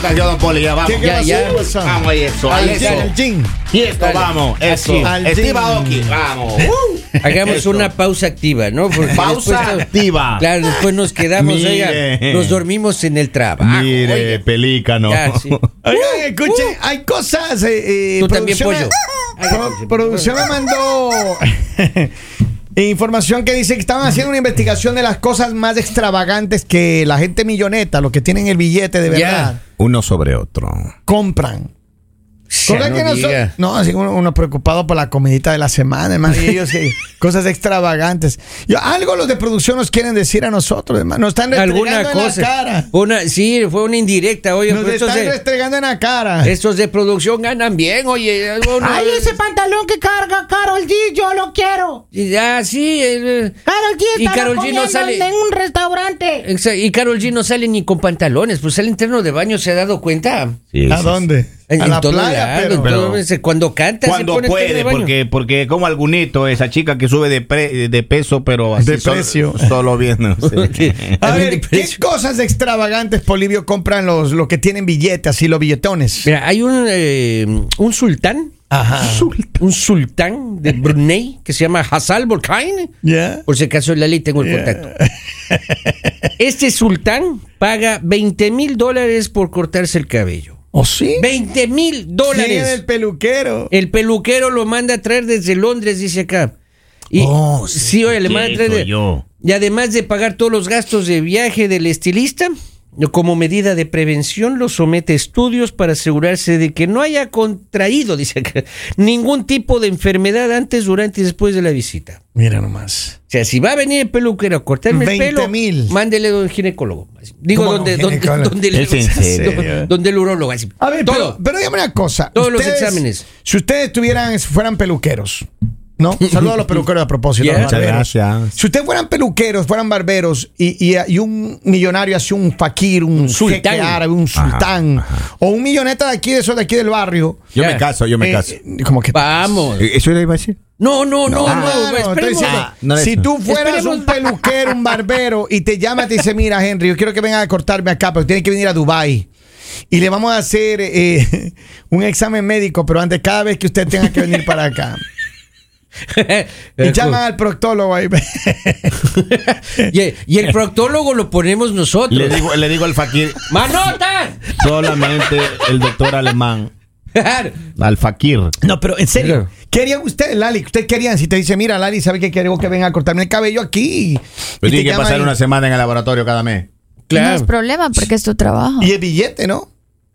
canción, don Poli, ya vamos. ¿Qué, qué ya, pasó, ya. Wilson? Vamos, y eso, Al, y eso. al gym. Y esto, Dale. vamos, eso. Al Uh, Steve gym. Aoki, vamos. Hagamos Eso. una pausa activa, ¿no? Porque Pausa después- activa. Claro, después nos quedamos, oiga, Mire. nos dormimos en el trabajo. Mire, oiga. pelícano. Ya, sí. Uh, Oigan, escuchen, hay cosas. eh, eh, Tú también, producción- pollo. Ay, Pro- pollo. producción me mandó información que dice que estaban haciendo una investigación de las cosas más extravagantes que la gente milloneta, los que tienen el billete de Ya. verdad, Uno sobre otro. compran. Ya Cosas no que no, son- diga. no, así uno, uno preocupado por la comidita de la semana, hermano. Y ellos, sí, cosas extravagantes. Yo- algo los de producción nos quieren decir a nosotros, hermano. Nos están restregando Alguna en la cosa. cara. Una, sí, fue una indirecta, oye. Nos pero estos, están de, restregando en la cara. estos de producción ganan bien, oye. uno- Ay, ese pantalón que carga Carol G, yo lo quiero. Y- Ah, sí. eh, Karol G Y estaba Karol G no comiendo sale- en un restaurante. exa- Y Carol G no sale ni con pantalones, pues sale en terno de baño, ¿se ha dado cuenta? Sí, ¿A sí, dónde? En, a en la todo playa, lado, pero, en todo- ese- cuando canta, Cuando se pone terno de puede, baño. porque, porque como algunito, esa chica que sube de, pre- de peso, pero así De sol- precio. Solo viendo. Sí. A También ver, de ¿qué precio. cosas extravagantes, Polivio, compran los, los que tienen billetes, así los billetones? Mira, hay un, eh, un sultán, Ajá. un sultán de Brunei que se llama Hassal Bolkain. ¿Ya? Por si acaso Lali tengo el contacto. Este sultán paga 20 mil dólares por cortarse el cabello. ¿O sí? 20 mil Llega dólares. del peluquero. El peluquero lo manda a traer desde Londres, dice acá. Y, Oh, sí. sí, oye, le manda a traer de- y además de pagar todos los gastos de viaje del estilista, como medida de prevención, lo somete a estudios para asegurarse de que no haya contraído, dice acá, ningún tipo de enfermedad antes, durante y después de la visita. Mira nomás. O sea, si va a venir el peluquero a cortarme el 20 pelo, mil. mándele don ginecólogo. Así. Digo, ¿Cómo donde, no, donde, ginecólogo? donde, el- Es en serio. donde el urólogo. así. A ver, Todo. pero, pero dígame una cosa. Todos los exámenes. Si ustedes tuvieran, si fueran peluqueros, ¿no? Saludos a los peluqueros a propósito. Ya. los Muchas barberos. gracias. Si ustedes fueran peluqueros, fueran barberos y, y- y un millonario así, un fakir, un sultán. jeque árabe, un sultán, o un milloneta de aquí, de esos de aquí del barrio. Yo Ya. me caso, yo me eh, caso. eh, como que Vamos. ¿Eso le iba a decir? No, no, no, no. Ah, no, esperemos. estoy diciendo, Ah, no, si eso. tú fueras Esperemos. un peluquero, un barbero y te llama y te dice, mira Henry, yo quiero que venga a cortarme acá, pero tiene que venir a Dubai y le vamos a hacer eh, un examen médico, pero antes cada vez que usted tenga que venir para acá. Y llaman al proctólogo ahí. y, y el proctólogo lo ponemos nosotros. Le digo, le digo al fakir, ¡Manota! solamente el doctor alemán, al fakir. No, pero en serio. ¿Qué harían ustedes, Lali? ¿Ustedes querían? Si te dice, mira, Lali, ¿sabe qué quiero que venga a cortarme el cabello aquí? Y te Pero tiene que llama pasar ahí. una semana en el laboratorio cada mes. No es claro, problema porque es tu trabajo. Y el billete, ¿no?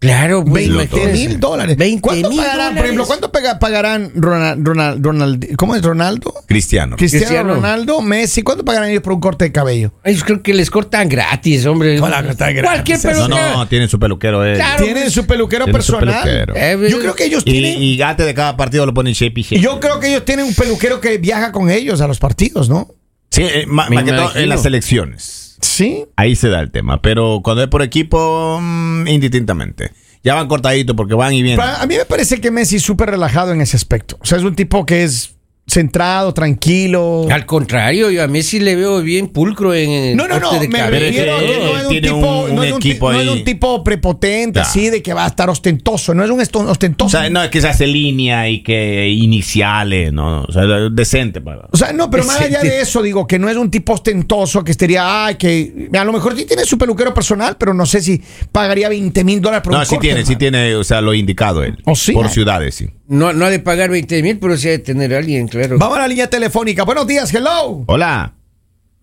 claro, pues, 20 imagínese. mil dólares. 20 ¿Cuánto mil pagarán, dólares. por ejemplo, cuánto pega- pagarán Ronald, Ronald, Ronald- ¿cómo es Ronaldo? Cristiano. Cristiano, Cristiano. Ronaldo, Messi, ¿cuánto pagarán ellos por un corte de cabello? Ay, yo creo que les cortan gratis, hombre. ¿Cómo la cortan gratis? Cualquier No, peluquero. no, tiene su peluquero. eh. Claro. Tienen su peluquero Tienen su personal. peluquero. Eh, Yo creo que ellos Y, tienen y antes de cada partido lo ponen shape y shape. y yo creo que ellos tienen un peluquero que viaja con ellos a los partidos, ¿no? Sí, eh, ma- Me más que todo imagino. en las elecciones. Sí. Ahí se da el tema. Pero cuando es por equipo, mm, indistintamente. Ya van cortaditos porque van y vienen. Para- a mí me parece que Messi es súper relajado en ese aspecto. O sea, es un tipo que es centrado, tranquilo. Al contrario, yo a Messi le veo bien pulcro en el No, no, no. corte de Me cabello. Pero es refiero a que que no es un tiene tipo, un- no un es un ti- equipo no es ahí. un tipo prepotente, Ya. así de que va a estar ostentoso. No es un esto- O ostentoso. sea, no es que se hace línea y que iniciales, no, o sea, decente para. O sea, no, pero más Sí, allá sí. de eso, digo, que no es un tipo ostentoso que estaría, ay, que a lo mejor sí tiene su peluquero personal, pero no sé si pagaría 20 mil dólares por No, un sí corte, tiene, sí hermano. tiene, o sea, lo indicado él. ¿O sí? Por ciudades, sí. No, no ha de pagar 20 mil, pero sí ha de tener a alguien, claro. Vamos a la línea telefónica. Buenos días, hello. Hola.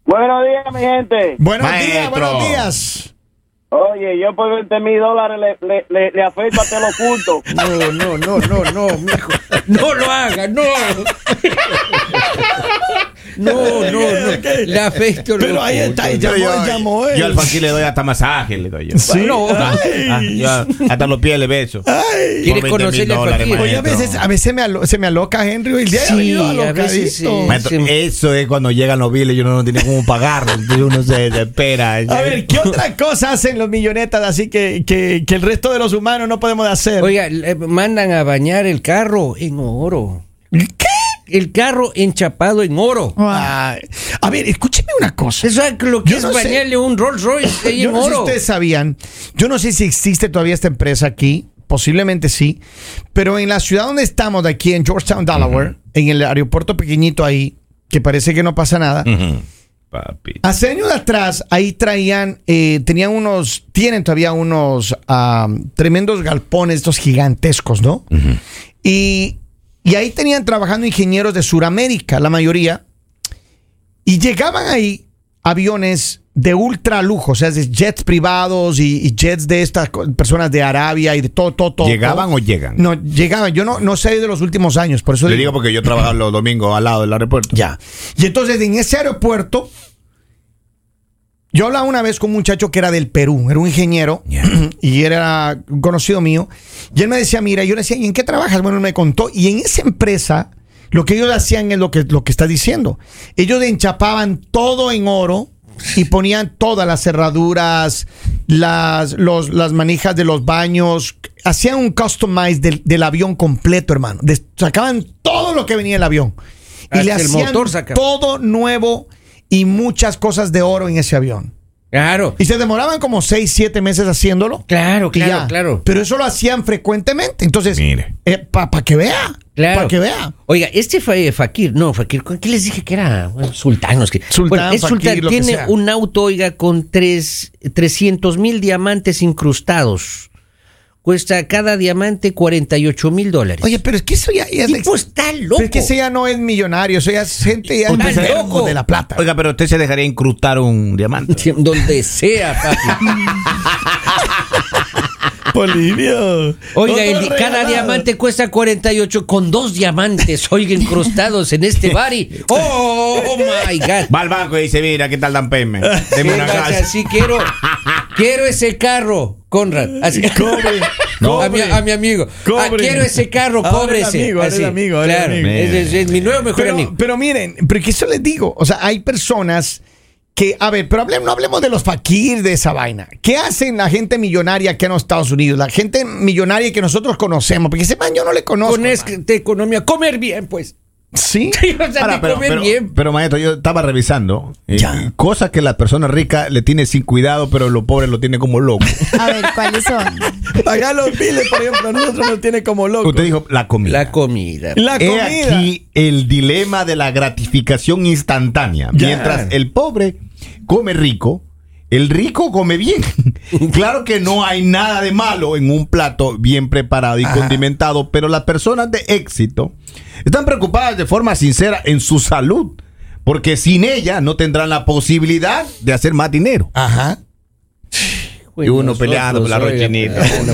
Buenos días, mi gente. Buenos días, Maestro. buenos días. Oye, yo por 20 mil dólares le, le, le, le afecto a Telo Oculto. No, no, no, no, no, mijo. No lo haga, no. No, no, no. Le afecto. Pero ahí está, ahí llamó, yo, llamó él. yo al Fanqui le doy hasta masaje, le doy yo. Sí. No, Ah, ah, yo hasta los pies le beso. Ay. ¿Quiere Por 20 mil conocerle al dólares, Fakir? maestro. Oye, a veces, a veces me alo- se me aloca Henry hoy el día. Sí, ha venido a alocadito. veces sí. A, Maestro, eso es cuando llegan los biles y uno no tiene cómo pagarlo. entonces uno se desespera. ver, ¿qué otra cosa hacen los millonetas así que, que, que el resto de los humanos no podemos hacer? Oiga, le mandan a bañar el carro en oro. ¿Qué? el carro enchapado en oro. Ay, a ver, escúcheme una cosa. Eso es lo que Ah. Yo es no sé. bañarle un Rolls Royce ahí Yo en no sé si oro. ustedes sabían, yo no sé si existe todavía esta empresa aquí, posiblemente sí, pero en la ciudad donde estamos, de aquí en Georgetown, Delaware, en el aeropuerto pequeñito ahí, que parece que no pasa nada, Ujú. Papi. hace años atrás ahí traían, eh, tenían unos, tienen todavía unos ah, tremendos galpones, estos gigantescos, ¿no? y, y ahí tenían trabajando ingenieros de Sudamérica, la mayoría, y llegaban ahí aviones de ultra lujo, o sea, de jets privados y, y jets de estas co- personas de Arabia y de todo, todo, todo. ¿Llegaban o llegan? No, llegaban. Yo no, no sé de los últimos años, por eso Le digo porque yo trabajaba los domingos al lado del aeropuerto. ya. Y entonces en ese aeropuerto, yo hablaba una vez con un muchacho que era del Perú, era un ingeniero Ya. y era un conocido mío. Y él me decía, mira, yo le decía, ¿y en qué trabajas? Bueno, él me contó. Y en esa empresa, lo que ellos hacían es lo que, lo que está diciendo. Ellos enchapaban todo en oro. Y ponían todas las cerraduras, las, los- las manijas de los baños, hacían un customize del, del avión completo, hermano. Des- sacaban todo lo que venía el avión. Y Hasta le el hacían motor sacaban. todo nuevo y muchas cosas de oro en ese avión. Claro, Y se demoraban como 6, 7 meses haciéndolo. claro, Y claro, ya. claro. Pero eso lo hacían frecuentemente. Entonces, Mire. para que vea. Claro. Para que vea. Oiga, este fue eh, Fakir, no, Fakir, ¿con- ¿qué les dije que era? Bueno, Sultán, no es que- Sultán, Bueno, es Fakir, Sultán, lo que tiene sea. un auto, oiga, con tres, 300 mil diamantes incrustados. Cuesta cada diamante 48 mil dólares. Oye, pero es que eso ya, ya es. tipo está pero pues, loco. es que ese ya no es millonario. Eso ya es gente ya Puta, enfermo loco. de la plata. Oiga, pero usted se dejaría incrustar un diamante. Donde sea, papi. Bolivia. Oiga, el di- cada diamante cuesta 48 con dos diamantes, oiga, incrustados en este bari. Oh, oh, my God. Va al banco y dice, mira, ¿qué tal dan payment? Deme una Venga, casa. así quiero, quiero ese carro, Conrad. Así. No. a, mi, a mi amigo. Ah, Cobre. quiero ese carro, Ahora cóbrese. el amigo, ahora el Así. amigo, ahora el claro. amigo. Es, es- es mi nuevo mejor Pero, amigo. pero miren, pero que eso les digo. O sea, hay personas que, a ver, pero hablemos- no hablemos de los fakir de esa vaina. ¿Qué hacen la gente millonaria aquí en los Estados Unidos? La gente millonaria que nosotros conocemos, porque ese man yo no le conozco. Con es- man. de economía, comer bien, pues. Sí. O sea, Ahora, de pero, comer pero- bien. pero, maestro, yo estaba revisando eh, Ya. cosas que las personas ricas le tienen sin cuidado, pero los pobres lo tienen como loco. A ver, ¿cuáles son? Pagar los biles, por ejemplo, a nosotros nos tiene como locos. Usted dijo la comida. La comida. La He comida. aquí el dilema de la gratificación instantánea. Ya. Mientras el pobre come rico, el rico come bien. claro que no hay nada de malo en un plato bien preparado y condimentado, pero las personas de éxito están preocupadas de forma sincera en su salud, porque sin ella no tendrán la posibilidad de hacer más dinero. Ajá. Y uno peleando por la oiga, rochinita. uno-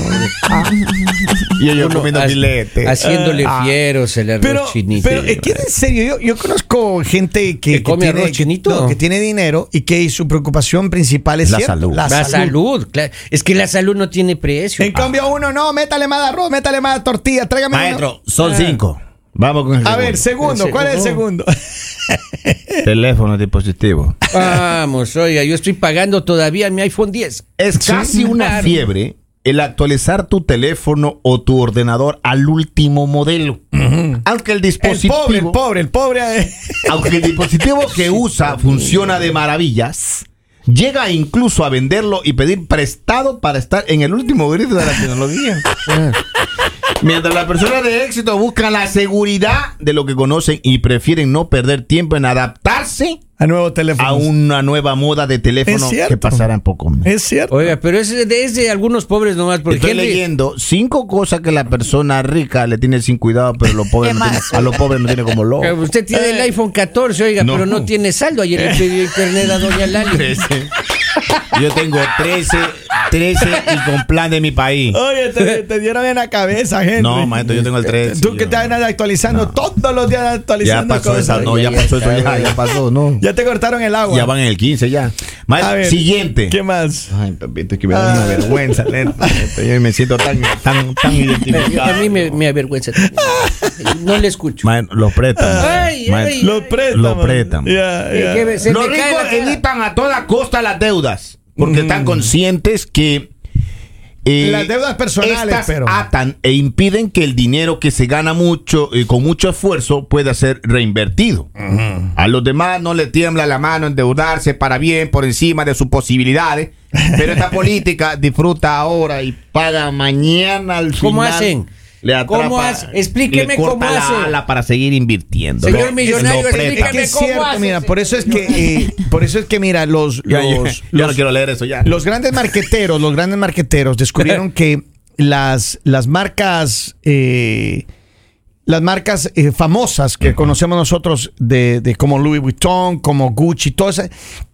Y ellos uno comiendo ha- filete. Haciéndole Ah. fieros a la Pero, rochinita. pero es que en serio, yo, yo conozco gente que, ¿Que come tiene, arroz chinito? no, que tiene dinero y que su preocupación principal es La cierto, salud. La salud, claro. Es que la salud no tiene precio. Ah. En cambio, uno no, métale más arroz, métale más tortilla, tráigame uno. Maestro, son cinco. Vamos con el A ver, segundo. segundo, ¿cuál es el segundo? teléfono dispositivo. Vamos, oiga, yo estoy pagando todavía mi iPhone 10. Es casi una fiebre el actualizar tu teléfono o tu ordenador al último modelo. Aunque el El dispositivo, pobre, el pobre, el pobre. eh. aunque el dispositivo que usa funciona de maravillas, llega incluso a venderlo y pedir prestado para estar en el último grito de la tecnología. Mientras las personas de éxito buscan la seguridad de lo que conocen y prefieren no perder tiempo en adaptarse A nuevo teléfono. a una nueva moda de teléfono Es cierto. que pasará en pocos meses. Es cierto. Oiga, pero es de, es de algunos pobres nomás. Porque Estoy Henry- leyendo cinco cosas que la persona rica le tiene sin cuidado, pero los pobres ¿Qué no tiene- más? a los pobres no tiene como loco. oiga, usted tiene el iPhone 14, oiga, Oh. Eh. No. Eh. pero no tiene saldo. Ayer le pidió internet a Doña Lali. Yo tengo 13, 13 y con plan de mi país. Oye, te, te dieron en la cabeza, gente. No, maestro, yo tengo el 13. Tú que te andas actualizando todos los días Ya actualizando pasó esa, cosas. no, ya pasó eso, ya, ya pasó, no. Ya te cortaron el agua. Ya van en el 15 ya. Maestro, A ver, siguiente. ¿Qué Ah. más? Ay, papito, es que me da una vergüenza, lenta. Yo me siento tan, tan, tan A identificado. mí me, me avergüenza. No le escucho. Maestro, los préstamos. Ay, ay. Los préstamos. Los préstamos. Ya, ya. Eh, que se Los me cae ricos la cara. evitan a toda costa las deudas porque están conscientes que eh, Mm. Las deudas personales, estas pero- atan e impiden que el dinero que se gana mucho eh, con mucho esfuerzo pueda ser reinvertido. A los demás no le tiembla la mano endeudarse para bien por encima de sus posibilidades, pero esta política disfruta ahora y paga mañana al ¿Cómo final. hacen? Le atrapa, ¿Cómo hace? le Explíqueme corta cómo la hace. ala para seguir invirtiendo. Señor Lo- millonario, lo explíqueme aprieta. Es que es ¿Cómo cierto, hace, mira, por eso es que, eh, por eso es que, mira, los, Ya, ya, los, ya no quiero leer eso ya. Los grandes marqueteros, los grandes marqueteros descubrieron que las, las marcas, eh, las marcas eh, famosas que conocemos nosotros de, de como Louis Vuitton, como Gucci, todas esas-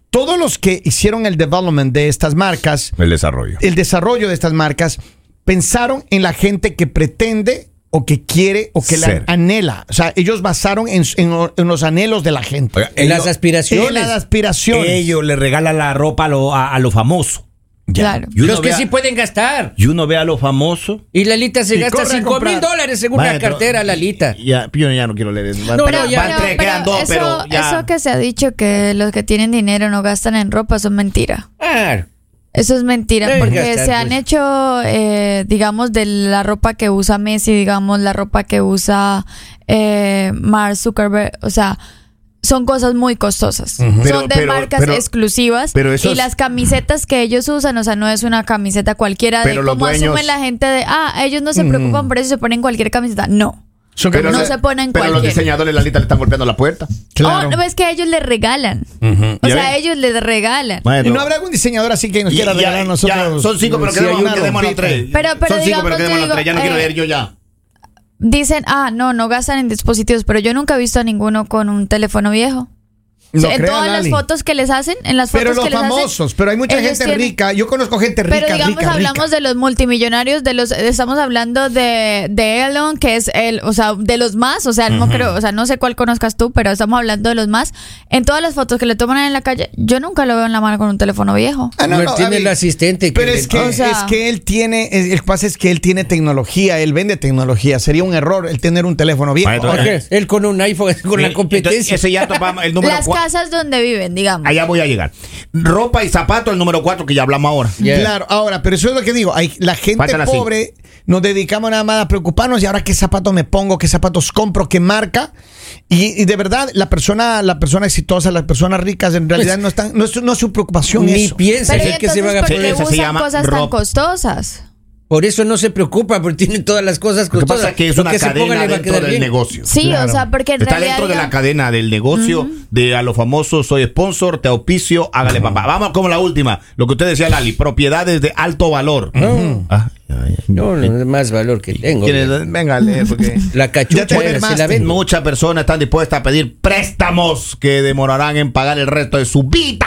todos los que hicieron el development de estas marcas, el desarrollo. el desarrollo de estas marcas, pensaron en la gente que pretende o que quiere o que Ser. la anhela. O sea, ellos basaron en, en- en los anhelos de la gente. Oiga, En las ellos, aspiraciones. En las aspiraciones. ellos le regalan la ropa a lo, a, a lo famoso. Claro. Y uno, Los que ve a- sí pueden gastar. y uno ve a lo famoso. Y Lalita se Y gasta corre a 5 mil comprar. dólares en una Maestro, cartera, Lalita. Ya, yo ya no quiero leer eso. No, Pero- no, ya. van tres, quedan dos, eso, pero ya. eso que se ha dicho que los que tienen dinero no gastan en ropa, eso es mentira. Ah, Eso es mentira, Deben porque gastar, se han pues. hecho, eh, digamos, de la ropa que usa Messi, digamos, la ropa que usa eh, Mark Zuckerberg, o sea, son cosas muy costosas. Pero- son de pero- marcas pero- exclusivas pero eso y es- las camisetas que ellos usan, o sea, no es una camiseta cualquiera Pero de los cómo dueños- asume la gente de, ah, ellos no se preocupan por eso, se ponen cualquier camiseta. No. Son Pero camisetas- no se ponen Pero los cualquiera. diseñadores, Lalita, le están golpeando la puerta. Claro. Oh, no, es que a ellos les regalan. O ¿Ya sea, ven? ellos les regalan. ¿Y no habrá algún diseñador así que nos Y- quiera ya- regalar a ya, nosotros? son cinco, pero Sí, quedémonos- hay una quedémonos rompita. tres. Pero- pero son cinco, pero digamos, yo quedémonos digo, tres. Ya no quiero eh, leer yo ya. Dicen, ah, no, no gastan en dispositivos, pero yo nunca he visto a ninguno con un teléfono viejo. O sea, No en crea, todas Lali. las fotos que les hacen, en las Pero fotos los que les famosos, hacen, pero hay mucha ellos gente tienen- rica. Yo conozco gente rica, Pero digamos, rica, rica. hablamos de los multimillonarios, de los, estamos hablando de, de Elon, que es el, o sea, de los más, o sea, no creo, o sea, no sé cuál conozcas tú, pero estamos hablando de los más. En todas las fotos que le toman en la calle, yo nunca lo veo en la mano con un teléfono viejo. Ah, No, él tiene David. el asistente que Pero le- es que, O sea- es que él tiene, es- el pase es que él tiene tecnología, él vende tecnología. Sería un error el tener un teléfono viejo. Maestro, ¿Por qué? Él con un iPhone, con la eh, Entonces, competencia. ese ya topamos el número Las 4. casas donde viven, digamos. Allá voy a llegar. Ropa y zapatos, el número 4 que ya hablamos ahora. Yeah. Claro, ahora, pero eso es lo que digo. Hay, la gente Faltan las pobre nos dedicamos nada más a preocuparnos y ahora qué zapatos me pongo, qué zapatos compro, qué marca. Y, y de verdad, la persona, la persona exitosa, las personas ricas en realidad no están, no es, no es su preocupación Ni eso. piensa pero ¿y es el que se entonces van a por qué Esa se poner. usan llama cosas tan ropa. costosas? Por eso no se preocupa, porque tiene todas las cosas Lo que pasa costosas. es que es Lo una que se ponga cadena le va a dentro quedar del bien. negocio. Sí, Claro. o sea, porque en Está realidad dentro de la digamos- cadena del negocio, de a los famosos, soy sponsor, te auspicio, hágale papá. Vamos como la última, lo que usted decía, Lali, propiedades de alto valor. Ah, ay, ay. No, no, es más valor que tengo. ¿Eh? ¿Quién es? bien. Venga, lee, porque... La Ya cachucha, te era, se la armaste. venden. Muchas personas están dispuestas a pedir préstamos que demorarán en pagar el resto de su vida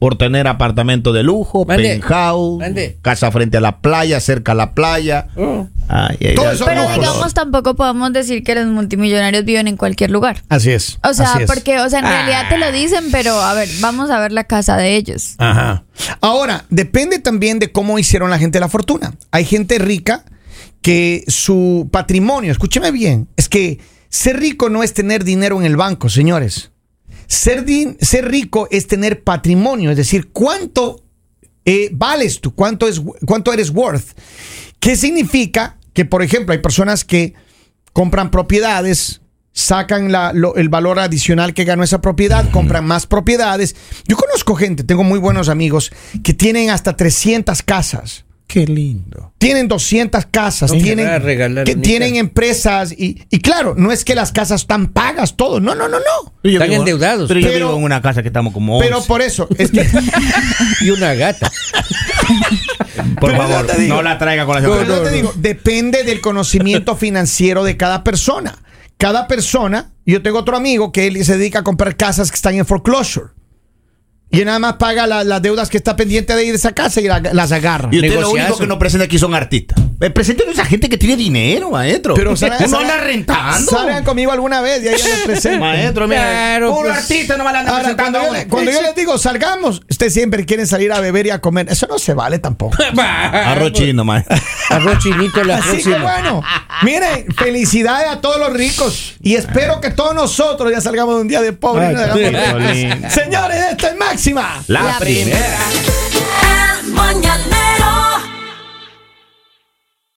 por tener apartamento de lujo, Mande. penthouse, Mande. casa frente a la playa, cerca a la playa. Oh. Ay, ay, Todo ay. eso Pero Ojo, digamos, tampoco podemos decir que los multimillonarios viven en cualquier lugar. Así es. O sea, así es. porque, o sea, en realidad te lo dicen, pero a ver, vamos a ver la casa de ellos. Ajá. Ahora, depende también de cómo hicieron la gente la fortuna. Hay gente rica que su patrimonio, escúcheme bien, es que ser rico no es tener dinero en el banco, señores. Ser, din- ser rico es tener patrimonio, es decir, cuánto eh, vales tú, cuánto, es, cuánto eres worth. ¿Qué significa? Que, por ejemplo, hay personas que compran propiedades, sacan la- lo- el valor adicional que ganó esa propiedad, compran más propiedades. Yo conozco gente, tengo muy buenos amigos, que tienen hasta 300 casas. Qué lindo. Tienen 200 casas, No me tienen, va a regalar que una tienen casa. empresas y, y claro, no es que las casas están pagas, todo, no, no, no, no. Yo Están vivo- endeudados. Pero yo Pero- vivo en una casa que estamos como Pero 11. por eso, es que, Y una gata. por pero favor, yo te digo- no la traiga con la Pero yo te digo, depende del conocimiento financiero de cada persona. Cada persona, yo tengo otro amigo que él se dedica a comprar casas que están en foreclosure. Y él nada más paga la- las deudas que está pendiente de ir de esa casa y la- las agarra. Y usted lo Negociazo. único que no presenta aquí son artistas. Eh, Presenten a esa gente que tiene dinero, maestro. Pero, ¿sabe- uno sabe- anda rentando. Salgan conmigo alguna vez y ahí yo les presento. Maestro, mira. Claro, puro pues. artista nomás le anda Ahora, presentando cuando, a yo, uno. le- cuando yo les digo salgamos, ustedes siempre quieren salir a beber y a comer. Eso no se vale tampoco. Arroz chino, maestro. Arroz chinito la Así que próxima. bueno, miren, felicidades a todos los ricos y espero que todos nosotros ya salgamos de un día de pobre. y nos hagamos qué ricos. Señores, esta es máxima. La, La primera. primera.